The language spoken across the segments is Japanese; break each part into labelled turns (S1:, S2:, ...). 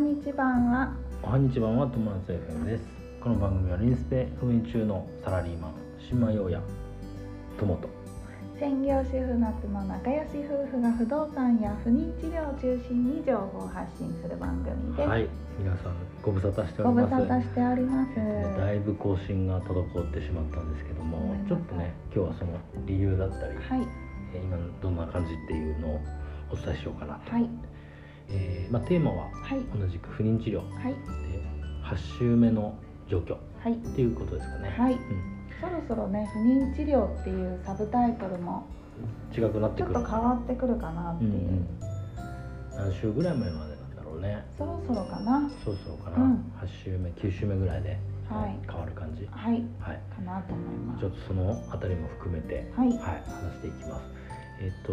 S1: 日版は
S2: おはにちばんは友達 FM ですこの番組はリンスペ赴任中のサラリーマン島陽也友と
S1: 専業主婦夏の仲良し夫婦が不動産や不妊治療を中心に情報を発信する番組です、
S2: はい皆さんご無沙汰してお
S1: ご
S2: り
S1: 無
S2: ます
S1: 沙汰しております、
S2: えっとだいぶ更新が滞ってしまったんですけど
S1: ご
S2: も
S1: めんな
S2: ち
S1: さ
S2: ょ
S1: い
S2: っとね今日はその理由だったり、
S1: はい
S2: えー今どんな感じっていうのをお伝えしようかなと、
S1: はい
S2: えーまあ、テーマは
S1: はい
S2: 同じく不妊治療
S1: はい
S2: で8週目の状況
S1: はい
S2: っていうことですかね、
S1: はい
S2: うん、
S1: そろそろね不妊治療っていうサブタイトルも
S2: 違くなっ
S1: ち
S2: て
S1: ょ
S2: く
S1: っ
S2: る
S1: と変わってくるかなって
S2: う
S1: い
S2: ん
S1: う、
S2: うん、何週ぐらい前までなんだろうね
S1: そろそろかな
S2: そろそろかな、
S1: うん
S2: 8週目9週目ぐらいで、
S1: はい
S2: 変わる感じ
S1: はい
S2: はい
S1: かなと思います
S2: ちょっとそのあたりも含めて
S1: はい
S2: はい話していきますえっ、と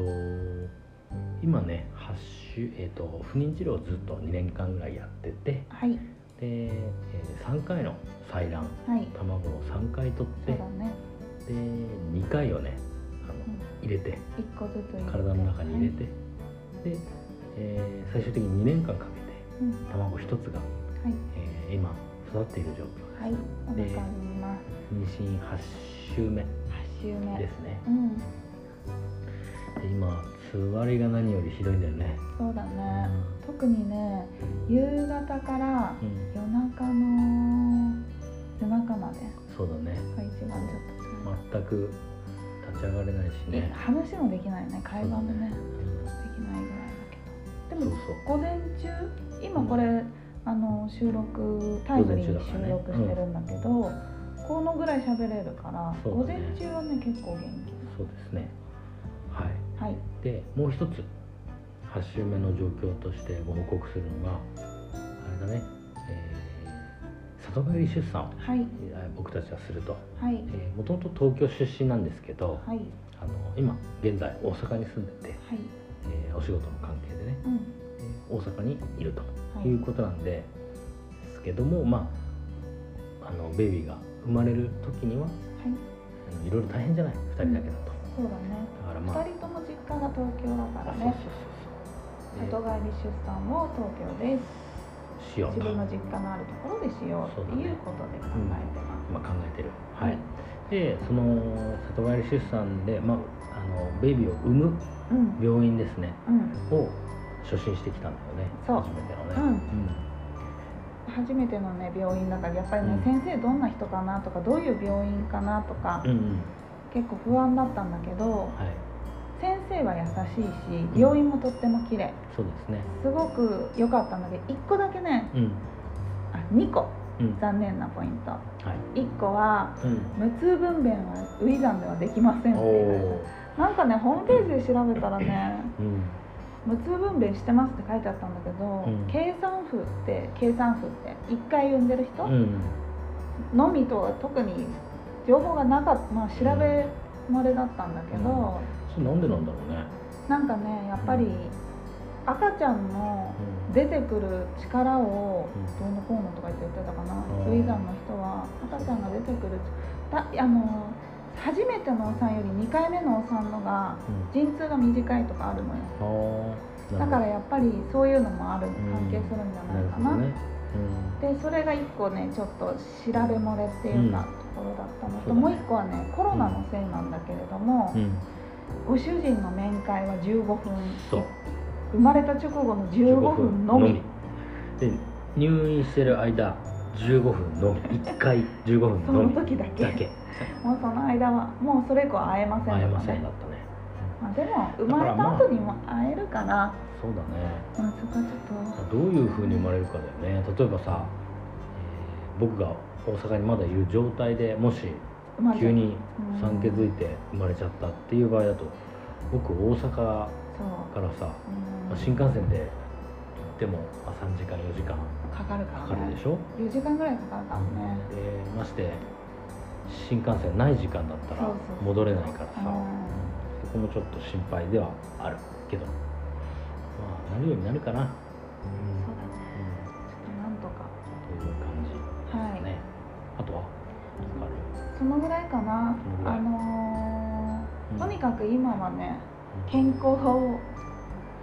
S2: 今ね8週えっ、と不妊治療をずっと2年間ぐらいやっててで、
S1: はい
S2: え3回の採卵
S1: はい
S2: 卵を3回取っ
S1: そ
S2: て
S1: う
S2: で
S1: だね、
S2: 2回をねあの
S1: う
S2: 入れて
S1: ん、1個ずつ入れて
S2: 体の中に入れて、で、えー最終的に2年間かけ
S1: う
S2: て
S1: ん
S2: 卵1つが、
S1: はい
S2: えー今育っている状況
S1: はい、お腹
S2: で
S1: に
S2: す、
S1: います。
S2: で妊娠8週目
S1: 8週目。
S2: ですね
S1: うん、
S2: で今つわりが何よりひどいんだよね
S1: そうだね。特にね、夕方から
S2: うん、
S1: 夜中の夜中まで
S2: そうだね
S1: が一番ちょっと辛い、
S2: 全く立ち上がれないし
S1: え
S2: ね、
S1: 話もできないね、会話もね、
S2: うん
S1: できないぐらいだけど。
S2: そ
S1: で
S2: う
S1: も
S2: そ
S1: 午
S2: う
S1: 前中、今これ、あの収録タイムリーに収録してるんだけど、このぐらい喋れるから、
S2: そう
S1: 午
S2: だ
S1: 前
S2: ね
S1: 中はね結構元
S2: そうですねはい
S1: 気。はい。
S2: でもう一つ8週目の状況としてご報告するのがあれだね、えー里帰り出産を
S1: はい
S2: えー僕たちはすると
S1: はい
S2: もともと東京出身なんですけど、
S1: はいはい。
S2: あの今現在大阪に住んでて、えーお仕事の関係でね、
S1: うん。
S2: えー大阪にいると
S1: はい
S2: いうことなんで、ですけどもまああのベイビーが生まれる時には
S1: はい。
S2: あのいろいろ大変じゃない2人だけだと、
S1: そうだね。
S2: だから
S1: 二
S2: まあ
S1: 人とも実家が東京だから
S2: あそう
S1: ね。
S2: そうそうそう
S1: 里帰り出産も東京で
S2: でしよう
S1: 自
S2: と
S1: 分の実家のあるところでしようっていうことで考えてます。
S2: 今考えてるはい、
S1: はい
S2: でその里帰り出産で、まあ、あのベイビーを産む
S1: うん
S2: 病院ですね
S1: うん
S2: を初心してきたんだよね
S1: そう
S2: 初めてのね、
S1: うん
S2: うん
S1: 初めてのね病院だからやっぱりね、
S2: うん
S1: 先生どんな人かなとかどういう病院かなとか、
S2: うんうん
S1: 結構不安だったんだけど
S2: はい
S1: 先生は優しいし病院もとっても綺麗
S2: そうですね
S1: すごく良かったんだけど1個だけね
S2: うん
S1: あ2個
S2: うんは
S1: 残念なポイント
S2: い
S1: 1個は
S2: うん
S1: 無痛分娩は初産ではできませんっていう
S2: おー
S1: なんかねホームページで調べたらね
S2: うん
S1: 無痛分娩してますって書いてあったんだけど、
S2: うん
S1: 計算婦って計算婦って1回産んでる
S2: う
S1: 人
S2: ん
S1: のみとは特に情報がなかったまあ調べ漏れだったんだけど、
S2: それなんでなんだろうね
S1: なんかねやっぱり赤ちゃんの
S2: うん
S1: 出てくる力を
S2: うん
S1: どうのこうのとか言って言ってたかな
S2: うん
S1: 初産の人は赤ちゃんが出てくるだあの初めてのお産より2回目のお産のが
S2: うん
S1: 陣痛が短いとかあるのよ
S2: あー
S1: だ
S2: なるほど
S1: からやっぱりそういうのもある関係するんじゃ
S2: な
S1: な
S2: る
S1: いか
S2: ほど
S1: な、
S2: ね
S1: でそれが1個ねちょっと調べ漏れっていうか、
S2: うん
S1: ところだったのと、
S2: そうだね
S1: もう1個はねコロナのせいなんだけれども
S2: う、ん、うん、
S1: ご主人の面会は15分
S2: そう
S1: 生まれた直後の15分のみ
S2: で入院してる間15分のみ1回15分
S1: そ
S2: の
S1: の
S2: み
S1: 時だけ
S2: だけ
S1: もうその間はもうそれ以降会えませ
S2: 会え
S1: んと
S2: ま
S1: か
S2: せん
S1: ね
S2: だったね
S1: まあ、でも生まれた後にも会えるかな、
S2: そうだね
S1: まあそこはちょっ
S2: どういう風に生まれるかだよね例えばさ、えー僕が大阪にまだいる状態でもし
S1: と生まれちゃ
S2: 急
S1: う
S2: に産気づいて生まれちゃったっていう場合だと僕大阪か
S1: そう、
S2: らさ
S1: うん
S2: まあ新幹線で行ってもまあ3時間4時間
S1: かかるか
S2: からかるでしょ、
S1: 4時間ぐらいかかるからね、
S2: でまして新幹線ない時間だったら
S1: そうそう
S2: 戻れないからさ
S1: う
S2: そこもちょっと心配ではあるけどまあなるようになるか
S1: ん
S2: な、う
S1: そうんだねちょっとなんとか
S2: という感じ
S1: はい、
S2: ね、あとはなんかある
S1: そのぐらいかな
S2: そのぐらい
S1: あのー、とにかく今はね
S2: うん
S1: 健康を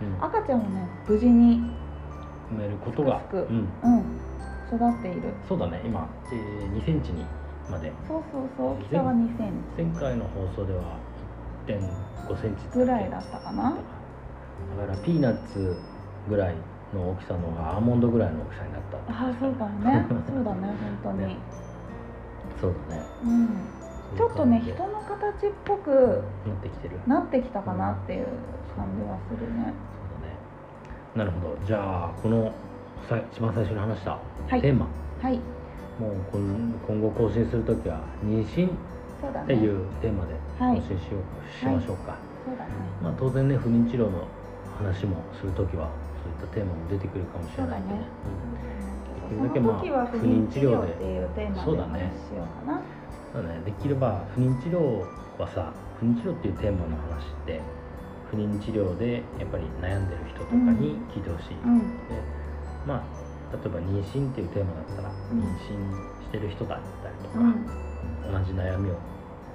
S2: うん
S1: 赤ちゃんもね無事に
S2: 埋めることが
S1: すくすく
S2: うん、
S1: うん育っている
S2: そうだね今、えー、2センチにまで
S1: そうそうそう大きさは2セン
S2: 前回の放送では1.5センチ
S1: チぐらいだったかな
S2: だからピーナッツぐらいの大きさのがアーモンドぐらいの大きさになったって
S1: ああそうだねそうだね本当に、
S2: ねそうだね
S1: うんちょっとね人
S2: な
S1: の形っぽく
S2: ってきてる
S1: なってきたかなっていう感じはするね
S2: そうだねなるほどじゃあこのさ一番最初に話した
S1: はい
S2: テーマ、
S1: はい
S2: もうこん今後更新するときは妊娠
S1: そうだね
S2: っていうテーマで
S1: は
S2: 更
S1: い
S2: 新しよう、
S1: はい
S2: しましょうか、
S1: そうだね
S2: まあ当然ね不妊治療の話もするときはそういったテーマも出てくるかもしれない
S1: そうだね
S2: けどで
S1: そ
S2: きるだけ
S1: の時は
S2: まあ
S1: 不妊治療って
S2: 不
S1: いうテーマで
S2: そうだ
S1: お
S2: ね
S1: 話ししようかな
S2: そうだねできれば不妊治療はさ不妊治療っていうテーマの話って不妊治療でやっぱり悩んでる人とかに聞いてほしい、
S1: うん
S2: でまあ例えば妊娠っていうテーマだったら
S1: うん
S2: 妊娠してる人だったりとか、
S1: うん
S2: 同じ悩みを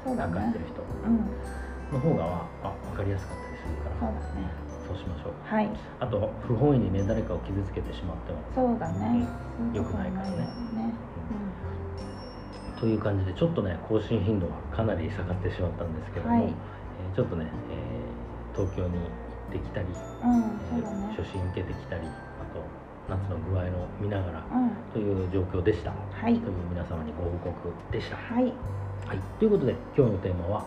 S1: そうだ
S2: 抱え
S1: ね
S2: てる人
S1: うん
S2: の方がわ、あ分かりやすかったりする
S1: そ
S2: か
S1: うだ
S2: ら
S1: ね
S2: そうしましょう
S1: はい
S2: あと不本意にね誰かを傷つけてしまっても
S1: そうだね
S2: うん良くないから
S1: そ
S2: ね
S1: ううことになるよね
S2: という感じでちょっとね更新頻度はかなり下がってしまったんですけども、
S1: はい
S2: えーちょっとね、えー東京に行ってきたり、
S1: うん
S2: え
S1: そう
S2: ー
S1: だね
S2: 初心受けてきたりあと夏の具合を見ながら
S1: うん
S2: という状況でした、
S1: はい
S2: という皆様にご報告でした、は
S1: はい
S2: い、ということで今日のテーマは、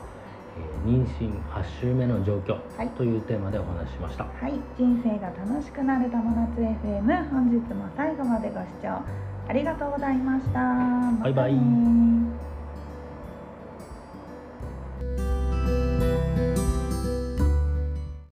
S2: えー妊娠8週目の状況
S1: はい
S2: というテーマでお話ししました、
S1: はい、人生が楽しくなる友達 FM 本日も最後までご視聴ありがとうございました。またね
S2: バイバイ